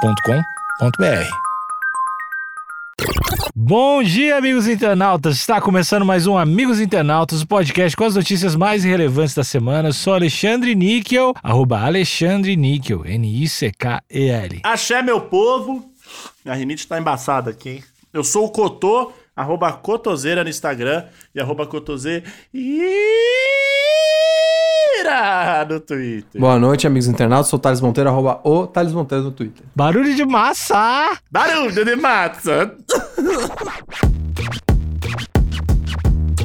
agenciadepodcast.com.br. Bom dia, amigos internautas! Está começando mais um Amigos Internautas, o podcast com as notícias mais relevantes da semana. Eu sou Alexandre Níquel, arroba Alexandre Níquel, N-I-C-K-E-L. Axé, meu povo. A rinite tá embaçada aqui, hein? Eu sou o Cotô, arroba Cotoseira no Instagram e arroba Cotoseira no Twitter. Boa noite, amigos internautas. Sou o Thales Monteiro, arroba o Thales Monteiro no Twitter. Barulho de massa! Barulho de massa.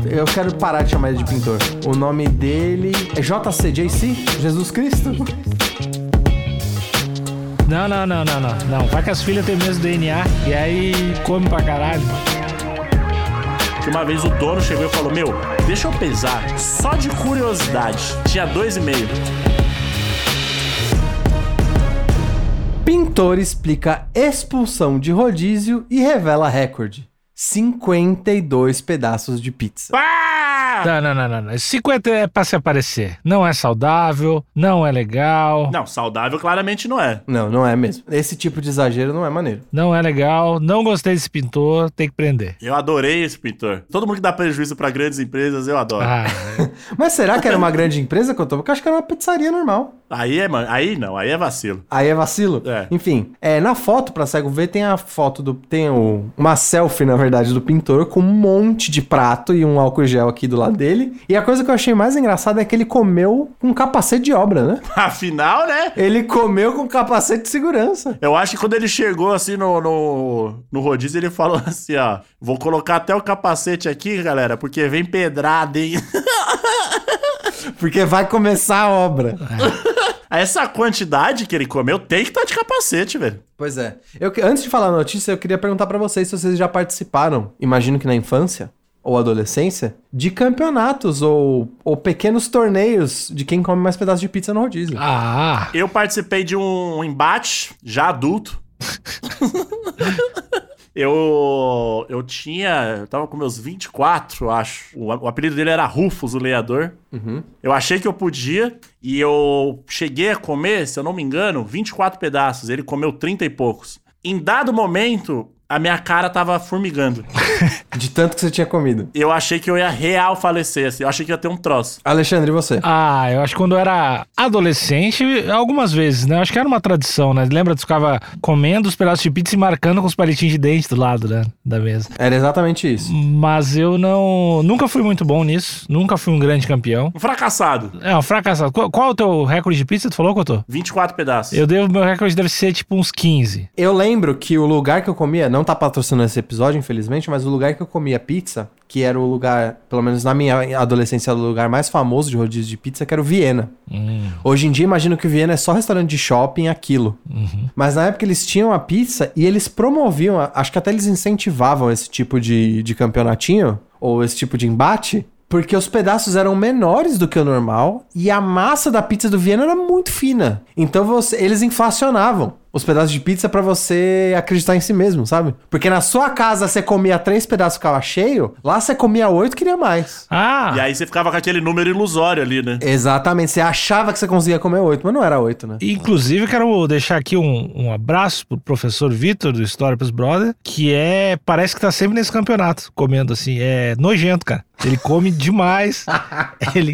Eu quero parar de chamar ele de pintor. O nome dele é JCJC, Jesus Cristo. Não, não, não, não, não. Não, vai que as filhas têm o mesmo DNA e aí come pra caralho. Que uma vez o dono chegou e falou: Meu, deixa eu pesar, só de curiosidade. Tinha dois e meio. Pintor explica expulsão de rodízio e revela recorde. 52 pedaços de pizza. Pá! Não, não, não, não, não. 50 é pra se aparecer. Não é saudável, não é legal, Não, saudável claramente não é. Não, não é mesmo. Esse tipo de exagero não é maneiro. não é legal, não gostei desse pintor, tem que prender. Eu adorei esse pintor. Todo mundo que dá prejuízo pra grandes empresas, eu adoro. Ah, Mas será que era uma grande empresa que eu tô? Porque eu acho que era uma pizzaria normal. Aí é, mano. Aí não, aí é vacilo. Aí é vacilo? É. Enfim, é, na foto, pra cego ver, tem a foto do. Tem o, uma selfie, na verdade, do pintor com um monte de prato e um álcool gel aqui do lado dele. E a coisa que eu achei mais engraçada é que ele comeu com capacete de obra, né? Afinal, né? Ele comeu com capacete de segurança. Eu acho que quando ele chegou assim no, no, no rodízio, ele falou assim, ó. Vou colocar até o capacete aqui, galera, porque vem pedrada, hein? Porque vai começar a obra. Essa quantidade que ele comeu tem que estar de capacete, velho. Pois é. Eu, que- antes de falar a notícia, eu queria perguntar pra vocês se vocês já participaram, imagino que na infância ou adolescência, de campeonatos ou, ou pequenos torneios de quem come mais pedaço de pizza no rodízio. ah Eu participei de um embate já adulto. eu eu tinha, eu tava com meus 24, eu acho. O, o apelido dele era Rufus, o leador. Uhum. Eu achei que eu podia e eu cheguei a comer, se eu não me engano, 24 pedaços. Ele comeu 30 e poucos. Em dado momento, a minha cara tava formigando. De tanto que você tinha comido. Eu achei que eu ia real falecer, assim. Eu achei que ia ter um troço. Alexandre, e você? Ah, eu acho que quando eu era adolescente, algumas vezes, né? Eu acho que era uma tradição, né? Lembra que ficava comendo os pedaços de pizza e marcando com os palitinhos de dente do lado, né? Da mesa. Era exatamente isso. Mas eu não. Nunca fui muito bom nisso. Nunca fui um grande campeão. Um fracassado. É, um fracassado. Qual, qual é o teu recorde de pizza? Tu falou, Cotô? 24 pedaços. Eu devo. Meu recorde deve ser tipo uns 15. Eu lembro que o lugar que eu comia, não tá patrocinando esse episódio, infelizmente, mas o lugar que eu comia pizza, que era o lugar, pelo menos na minha adolescência, era o lugar mais famoso de rodízio de pizza, que era o Viena. Hum. Hoje em dia, imagino que o Viena é só restaurante de shopping, é aquilo. Mas na época eles tinham a pizza e eles promoviam, a- acho que até eles incentivavam esse tipo de, de campeonatinho, ou esse tipo de embate, porque os pedaços eram menores do que o normal e a massa da pizza do Viena era muito fina. Então você- eles inflacionavam os pedaços de pizza pra você acreditar em si mesmo, sabe? Porque na sua casa você comia três pedaços e ficava cheio, lá você comia oito e queria mais. Ah! E aí você ficava com aquele número ilusório ali, né? Exatamente, você achava que você conseguia comer oito, mas não era oito, né? Inclusive, quero deixar aqui um, um abraço pro professor Vitor do História pros Brother, que é. Parece que tá sempre nesse campeonato, comendo assim. É nojento, cara. Ele come demais. ele,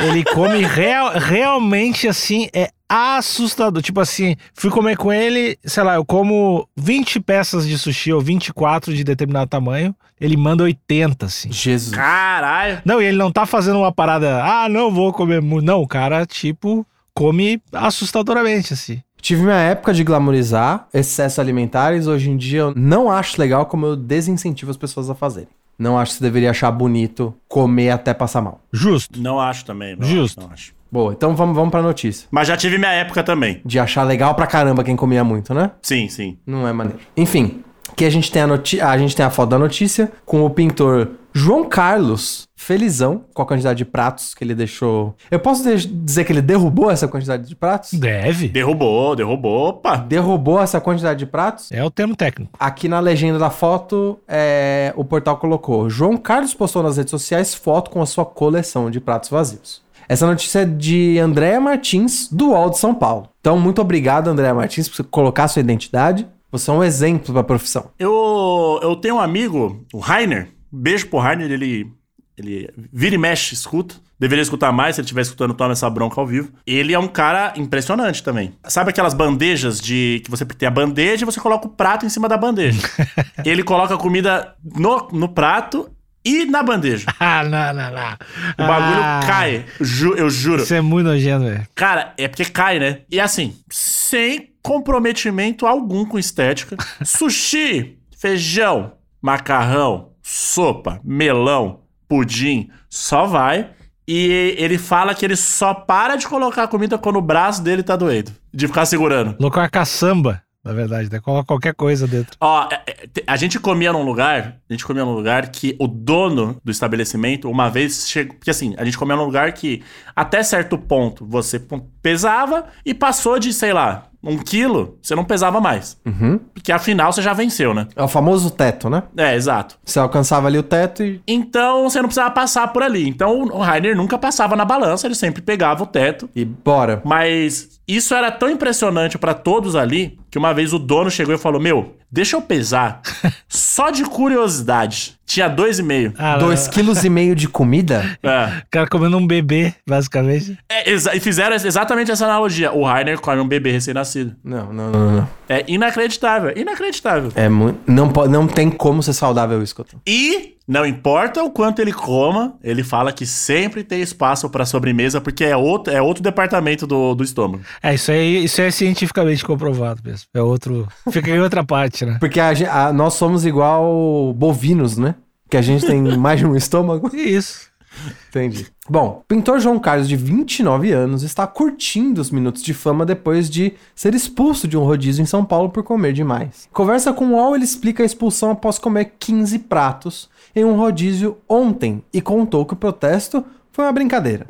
ele come real, realmente assim, é assustador. Tipo assim, fui comer com ele, sei lá, eu como 20 peças de sushi ou 24 de determinado tamanho, ele manda 80, assim. Jesus. Caralho. Não, e ele não tá fazendo uma parada, ah, não vou comer muito. Não, o cara, tipo, come assustadoramente, assim. Tive minha época de glamorizar excessos alimentares. Hoje em dia eu não acho legal como eu desincentivo as pessoas a fazerem. Não acho que você deveria achar bonito comer até passar mal. Justo. Não acho também. não Justo. acho, não acho. Boa, então vamos, vamos pra notícia. Mas já tive minha época também. De achar legal pra caramba quem comia muito, né? Sim, sim. Não é maneiro. Enfim, que a gente tem a, noti- a gente tem a foto da notícia com o pintor João Carlos Felizão, com a quantidade de pratos que ele deixou. Eu posso de- dizer que ele derrubou essa quantidade de pratos? Deve. Derrubou, derrubou. Opa. Derrubou essa quantidade de pratos? É o termo técnico. Aqui na legenda da foto, é, o portal colocou: João Carlos postou nas redes sociais foto com a sua coleção de pratos vazios. Essa notícia é de Andréa Martins, do UOL de São Paulo. Então, muito obrigado, Andréa Martins, por você colocar sua identidade. Você é um exemplo para a profissão. Eu, eu tenho um amigo, o Rainer. Beijo pro Rainer, ele, ele vira e mexe, escuta. Deveria escutar mais se ele estiver escutando Toma essa bronca ao vivo. Ele é um cara impressionante também. Sabe aquelas bandejas de que você tem a bandeja e você coloca o prato em cima da bandeja? ele coloca a comida no, no prato e na bandeja. Ah, não, não, não. Ah, O bagulho cai, ju- eu juro. Isso é muito nojento, velho. Cara, é porque cai, né? E assim, sem comprometimento algum com estética. Sushi, feijão, macarrão, sopa, melão, pudim, só vai. E ele fala que ele só para de colocar a comida quando o braço dele tá doendo. De ficar segurando. Colocou a caçamba, na verdade, né? Coloca qualquer coisa dentro. Ó, é, é, te- a gente comia num lugar, a gente comia num lugar que o dono do estabelecimento, uma vez chegou. Porque assim, a gente comia num lugar que até certo ponto você p- pesava e passou de, sei lá, um quilo, você não pesava mais. Uhum. Porque afinal você já venceu, né? É o famoso teto, né? É, exato. Você alcançava ali o teto e. Então você não precisava passar por ali. Então o Rainer nunca passava na balança, ele sempre pegava o teto. E bora. Mas isso era tão impressionante pra todos ali que uma vez o dono chegou e falou: Meu, deixa eu pesar. Só de curiosidade. Tinha dois e meio. Ah, Dois quilos e meio de comida? É. O cara comendo um bebê, basicamente. É, exa- e fizeram ex- exatamente essa analogia. O Rainer come um bebê recém-nascido. Não, não, não, não. É inacreditável. Inacreditável. É muito. Não, po- não tem como ser saudável isso, Cotão. E não importa o quanto ele coma, ele fala que sempre tem espaço pra sobremesa, porque é outro, é outro departamento do, do estômago. É, isso aí, isso é cientificamente comprovado mesmo. É outro. Fica em outra parte, né? Porque a gen- a- nós somos igual bovinos, né? Que a gente tem mais de um estômago. E É isso. Entendi. Bom, o pintor João Carlos, de 29 anos, está curtindo os minutos de fama depois de ser expulso de um rodízio em São Paulo por comer demais. Conversa com o UOL, ele explica a expulsão após comer 15 pratos em um rodízio ontem e contou que o protesto foi uma brincadeira.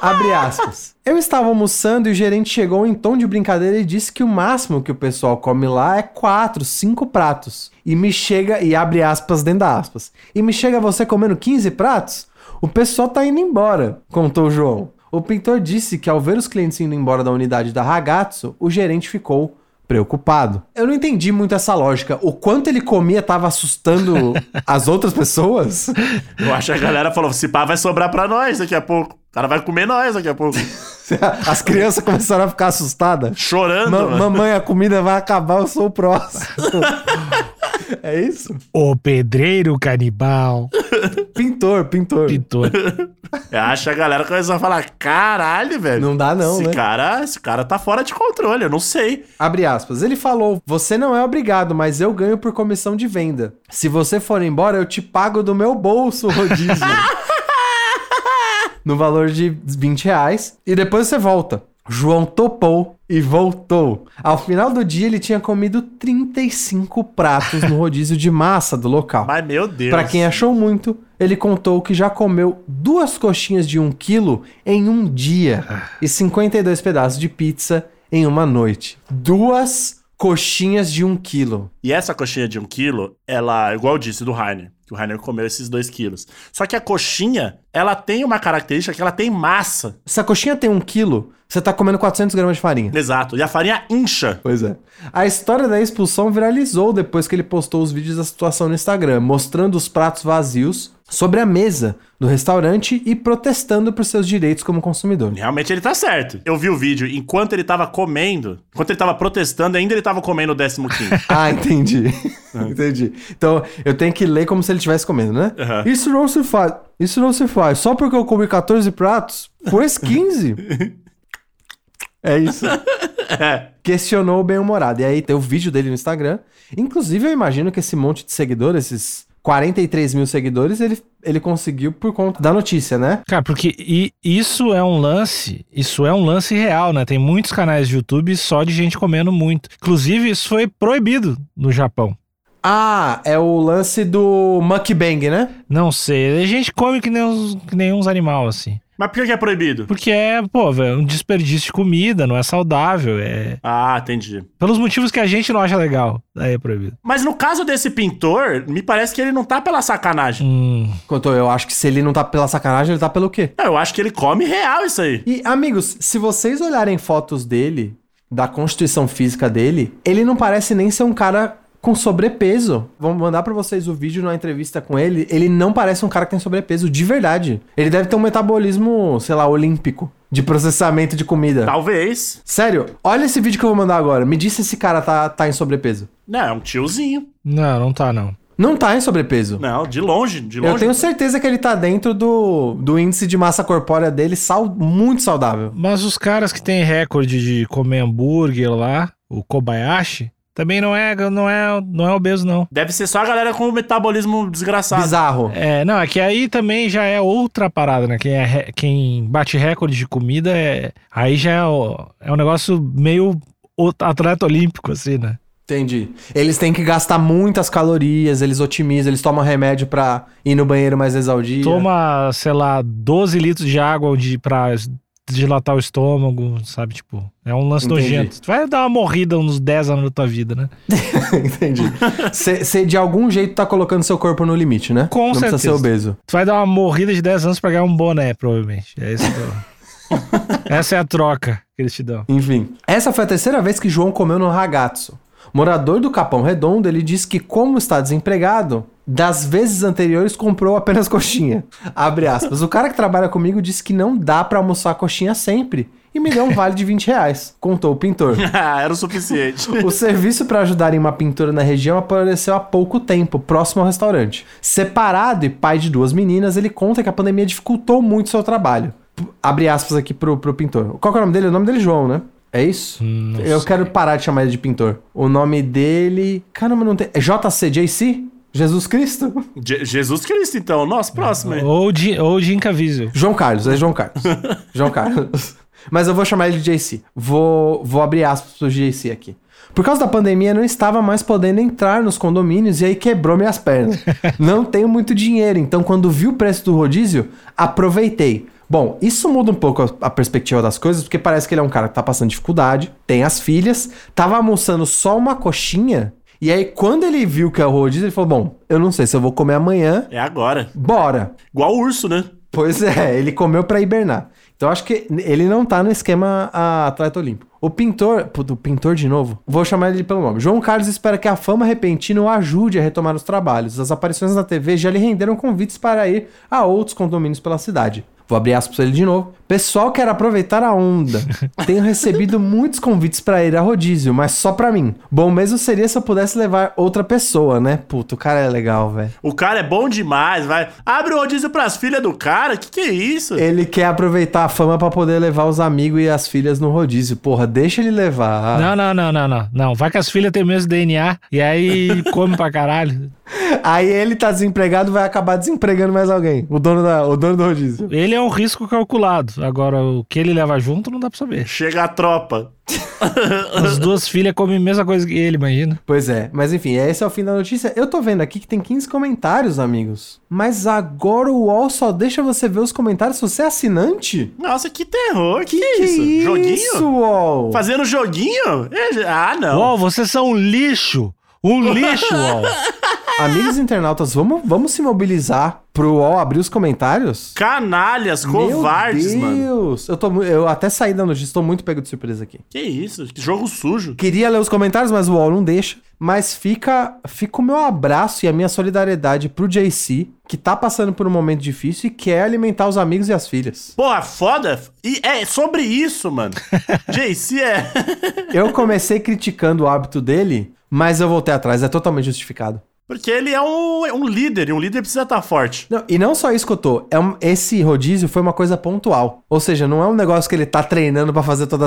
Abre aspas. Eu estava almoçando e o gerente chegou em tom de brincadeira e disse que o máximo que o pessoal come lá é quatro, cinco pratos. E me chega, e abre aspas dentro da aspas. E me chega você comendo 15 pratos? O pessoal tá indo embora, contou o João. O pintor disse que ao ver os clientes indo embora da unidade da Ragazzo, o gerente ficou preocupado. Eu não entendi muito essa lógica. O quanto ele comia tava assustando as outras pessoas? Eu acho que a galera falou: se pá, vai sobrar pra nós daqui a pouco. O cara vai comer nós daqui a pouco. As crianças começaram a ficar assustadas. Chorando. Ma- mano. mamãe, a comida vai acabar, eu sou o próximo. é isso? O pedreiro canibal. Pintor, pintor. Pintor. Eu acho que a galera começou a falar: caralho, velho. Não dá não, esse né? Cara, esse cara tá fora de controle, eu não sei. Abre aspas. Ele falou: Você não é obrigado, mas eu ganho por comissão de venda. Se você for embora, eu te pago do meu bolso, o rodízio. no valor de 20 reais. E depois você volta. João topou e voltou. Ao final do dia, ele tinha comido 35 pratos no rodízio de massa do local. Mas, meu Deus. Pra quem achou muito, ele contou que já comeu duas coxinhas de um quilo em um dia e 52 pedaços de pizza em uma noite. Duas coxinhas de um quilo. E essa coxinha de um quilo, ela, igual eu disse, do Rainer, que o Rainer comeu esses dois quilos. Só que a coxinha, ela tem uma característica que ela tem massa. Se a coxinha tem um quilo, você tá comendo 400 gramas de farinha. Exato. E a farinha incha. Pois é. A história da expulsão viralizou depois que ele postou os vídeos da situação no Instagram, mostrando os pratos vazios sobre a mesa do restaurante e protestando por seus direitos como consumidor. Realmente ele tá certo. Eu vi o vídeo, enquanto ele tava comendo, enquanto ele tava protestando, ainda ele tava comendo o décimo quinto. Ah, entendi. entendi. Então, eu tenho que ler como se ele estivesse comendo, né? Aham. Isso não se faz. Isso não se faz. Só porque eu comi 14 pratos, pôs 15. é isso. É. Questionou o bem-humorado. E aí tem o vídeo dele no Instagram. Inclusive, eu imagino que esse monte de seguidores, esses 43 mil seguidores, ele, ele conseguiu por conta da notícia, né? Cara, porque i- isso é um lance, isso é um lance real, né? Tem muitos canais de YouTube só de gente comendo muito. Inclusive, isso foi proibido no Japão. Ah, é o lance do mukbang, né? Não sei, a gente come que nem uns, que nem uns animal, assim. Mas Mas por que que é proibido? Porque é, pô, velho, um desperdício de comida, não é saudável, é... Ah, entendi. Pelos motivos que a gente não acha legal, aí é proibido. Mas no caso desse pintor, me parece que ele não tá pela sacanagem. Hum, Contou, eu acho que se ele não tá pela sacanagem, ele tá pelo quê? Não, eu acho que ele come real isso aí. E, amigos, se vocês olharem fotos dele, da constituição física dele, ele não parece nem ser um cara com sobrepeso. Vamos mandar pra vocês o vídeo na entrevista com ele. Ele não parece um cara que tem sobrepeso, de verdade. Ele deve ter um metabolismo, sei lá, olímpico, de processamento de É. comida. Tá. Talvez. Sério, olha esse vídeo que eu vou mandar agora. Me diz se esse cara tá, tá em sobrepeso. Não, é um tiozinho. não, não tá, não. Não tá em sobrepeso. Não, de longe, de longe. Eu tenho certeza que ele tá dentro do, do índice de massa corpórea dele sal, muito saudável. Mas os caras que têm recorde de comer hambúrguer lá, o Kobayashi, também não é, não é, não é obeso, não. Deve ser só a galera com o metabolismo desgraçado. Bizarro. É, não, é que aí também já é outra parada, né? Quem, é, re- quem bate recorde de comida, é, aí já é, o- é um negócio meio o- atleta olímpico, assim, né? Entendi. Eles têm que gastar muitas calorias, eles otimizam, eles tomam remédio pra ir no banheiro mais vezes ao dia. Toma, sei lá, 12 litros de água de, pra es- dilatar o estômago, sabe? Tipo, é um lance Entendi. nojento. Tu vai dar uma morrida uns 10 anos da tua vida, né? Entendi. Você de algum jeito tá colocando seu corpo no limite, né? Com Não precisa ser certeza. obeso. Tu vai dar uma morrida de 10 anos pra ganhar um boné, provavelmente. É isso que eu- Essa é a troca que eles te dão. Enfim. Essa foi a terceira vez que João comeu no ragazzo. Morador do Capão Redondo, ele diz que, como está desempregado, das vezes anteriores comprou apenas coxinha. Abre aspas. O cara que trabalha comigo disse que não dá pra almoçar coxinha sempre e me deu um vale de 20 reais, contou o pintor. Ah, era o suficiente. O serviço para ajudar em uma pintura na região apareceu há pouco tempo, próximo ao restaurante. Separado e pai de duas meninas, ele conta que a pandemia dificultou muito seu trabalho. P- Abre aspas aqui pro, pro pintor. Qual que é o nome dele? O nome dele é João, né? É isso? Hum, Eu quero parar de chamar ele de pintor. O nome dele. Caramba, não tem. É JCJC? Jesus Cristo? Je- Jesus Cristo, então. Nossa, próximo aí. Ou Jim, ou Jim Caviezel. João Carlos, é João Carlos. João Carlos. Mas eu vou chamar ele de JC. Vou, vou abrir aspas pro JC aqui. Por causa da pandemia, eu não estava mais podendo entrar nos condomínios e aí quebrou minhas pernas. Não tenho muito dinheiro, então quando vi o preço do rodízio, aproveitei. Bom, isso muda um pouco a- a perspectiva das coisas, porque parece que ele é um cara que tá passando dificuldade, tem as filhas, tava almoçando só uma coxinha, e aí quando ele viu que é o rodízio, ele falou: Bom, eu não sei se eu vou comer amanhã, É agora. bora. Igual o urso, né? Pois é, ele comeu pra hibernar. Então acho que ele não tá no esquema ah, atleta olímpico. O pintor, puto, o pintor de novo, vou chamar ele pelo nome. João Carlos espera que a fama repentina o ajude a retomar os trabalhos. As aparições na TV já lhe renderam convites para ir a outros condomínios pela cidade. Vou abrir aspas pra ele de novo. Pessoal, quero aproveitar a onda. Tenho recebido muitos convites pra ir a rodízio, mas só pra mim. Bom mesmo seria se eu pudesse levar outra pessoa, né? Puto, o cara é legal, velho. O cara é bom demais, vai. Abre o rodízio pras filhas do cara. Que que é isso? Ele quer aproveitar a fama pra poder levar os amigos e as filhas no rodízio. Porra, deixa ele levar. Não, não, não, não, não. Não, vai que as filhas têm o mesmo DNA e aí come pra caralho. Aí ele tá desempregado, vai acabar desempregando mais alguém. O dono, da, o dono do rodízio. Ele é um risco calculado. Agora, o que ele leva junto não dá pra saber. Chega a tropa. As duas filhas comem a mesma coisa que ele, imagina. Pois é, mas enfim, esse é o fim da notícia. Eu tô vendo aqui que tem 15 comentários, amigos. Mas agora o UOL só deixa você ver os comentários se você é assinante? Nossa, que terror. Que, que é Que isso? Isso, Joguinho? UOL? Fazendo joguinho? É, Ah, não. Uol, vocês são um lixo! Um lixo, Uol! Amigos internautas, vamos, vamos se mobilizar pro UOL abrir os comentários? Canalhas, covardes, Meu mano. Deus! Eu, tô, mu- eu até saí da notícia, tô muito pego de surpresa aqui. Que isso? Que jogo sujo. Queria ler os comentários, mas o UOL não deixa. Mas fica, fica o meu abraço e a minha solidariedade pro JC, que tá passando por um momento difícil e quer alimentar os amigos e as filhas. Porra, foda. E é sobre isso, mano. JC é. Eu comecei criticando o hábito dele, mas eu voltei atrás, é totalmente justificado. Porque ele é um, um líder, e um líder precisa estar forte. Não, e não só isso que eu tô, é um- esse rodízio foi uma coisa pontual. Ou seja, não é um negócio que ele tá treinando pra fazer toda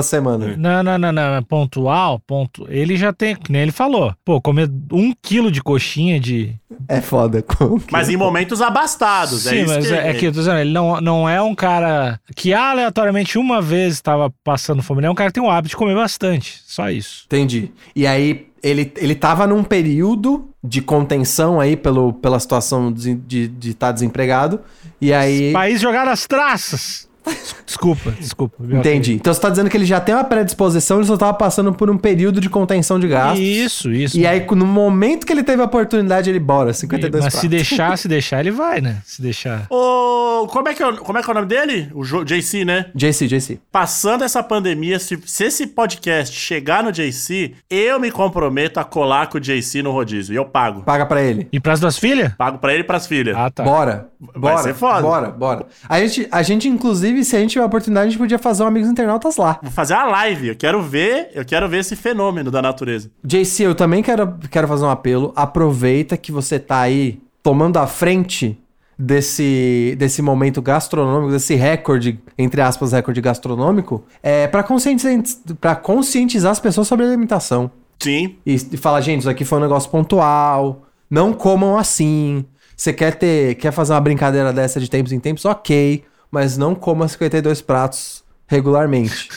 semana. Não, não, não, não. é Pontual, ponto. Ele já tem, que nem ele falou. Pô, comer um quilo de coxinha de. É foda. como que- Mas em momentos abastados, é Sim, isso mas que... é, é Ah, que eu tô dizendo, ele não, não é um cara que aleatoriamente uma vez estava passando fome. Ele é um cara que tem o hábito de comer bastante. Só isso. Entendi. E aí, ele, ele tava num período de contenção aí pelo, pela situação de estar de, tá desempregado. E aí. País jogado as traças. Desculpa, desculpa. Meu Entendi. Então você tá dizendo que ele já tem uma predisposição, ele só tava passando por um período de contenção de apelido. gastos. Isso, isso. né? E aí, no momento que ele teve a oportunidade, ele bora, Mas 52 pratos. se deixar, se deixar, ele vai, né? Se deixar. Ô, como, é que é, o- como é que é o nome dele? O Jo- JC, né? JC, JC. Passando essa pandemia, se, se esse podcast chegar no JC, eu me comprometo a colar com o JC no rodízio. E eu pago. Paga pra ele. E pras duas filhas? Pago pra ele e pras filhas. Ah, tá. Bora. Bora. ser foda. Bora, bora. A gente, a gente, inclusive, se a gente tiver a oportunidade, a gente podia fazer um Amigos Internautas lá. Vou fazer a live. Eu quero ver, eu quero ver esse fenômeno da natureza. JC, eu também quero, quero fazer um apelo. Aproveita que você tá aí tomando a frente desse, desse momento gastronômico, desse recorde, entre aspas, recorde gastronômico, é, para conscientizar, pra conscientizar as pessoas sobre alimentação. Sim. E, e falar, gente, isso aqui foi um negócio pontual, não comam assim. Você quer ter, quer fazer uma brincadeira dessa de tempos em tempos, ok, mas não coma 52 pratos regularmente.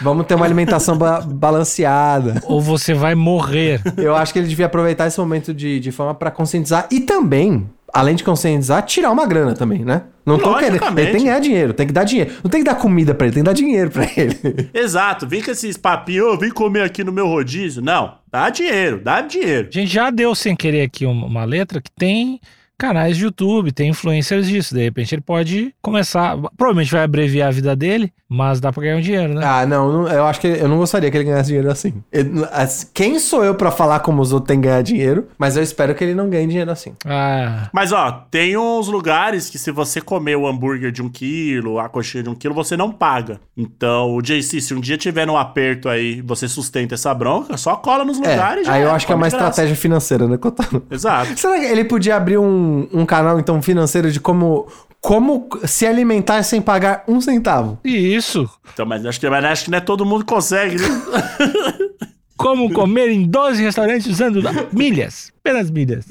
Vamos ter uma alimentação ba- balanceada. Ou você vai morrer. Eu acho que ele devia aproveitar esse momento de, de fama pra conscientizar e também, além de conscientizar, tirar uma grana também, né? Não tô querendo. Logicamente. Ele tem que ganhar dinheiro, tem que dar dinheiro. Não tem que dar comida pra ele, tem que dar dinheiro pra ele. Exato. Vem com esses papinhos, eu vim comer aqui no meu rodízio. Não. Dá dinheiro, dá dinheiro. A gente já deu sem querer aqui uma, uma letra que tem canais de YouTube, tem influencers disso. De repente ele pode começar. Provavelmente vai abreviar a vida dele, mas dá pra ganhar um dinheiro, né? Ah, não, não- eu acho que eu não gostaria que ele ganhasse dinheiro assim. Eu- as- quem sou eu pra falar como os outros têm que ganhar dinheiro? Mas eu espero que ele não ganhe dinheiro assim. Ah, Mas ó, tem uns lugares que se você comer o hambúrguer de um quilo, a coxinha de um quilo, você não paga. Então, o JC, se um dia tiver num aperto aí, você sustenta essa bronca, só cola nos É, lugares. e já aí eu era, acho que é come uma de graça. estratégia financeira, né, Cotano? Exato. Será que ele podia abrir um, um canal, então, financeiro de como, como se alimentar sem pagar um centavo? e isso. Então, mas acho que, mas acho que não é todo mundo que consegue, né? Como comer em 12 restaurantes usando milhas. Apenas milhas.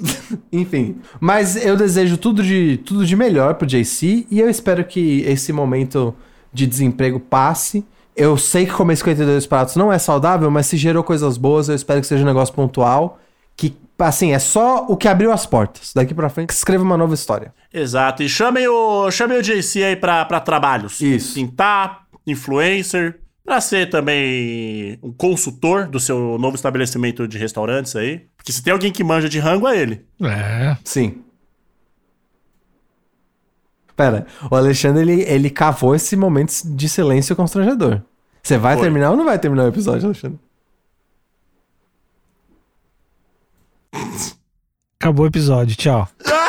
Enfim, mas eu desejo tudo de, tudo de melhor pro JC e eu espero que esse momento de desemprego passe. Eu sei que comer 52 pratos não é saudável, mas se gerou coisas boas, eu espero que seja um negócio pontual. Que, assim, é só o que abriu as portas. Daqui pra frente, escreva uma nova história. Exato. E chamem o, chamem o JC aí pra, pra trabalhos. Isso. Pintar, influencer, pra ser também um consultor do seu novo estabelecimento de restaurantes aí. Porque se tem alguém que manja de rango, é ele. É. Sim. Pera, o Alexandre, ele, ele cavou esse momento de silêncio constrangedor. Você vai Foi. terminar ou não vai terminar o episódio, Alexandre? Acabou o episódio. Tchau.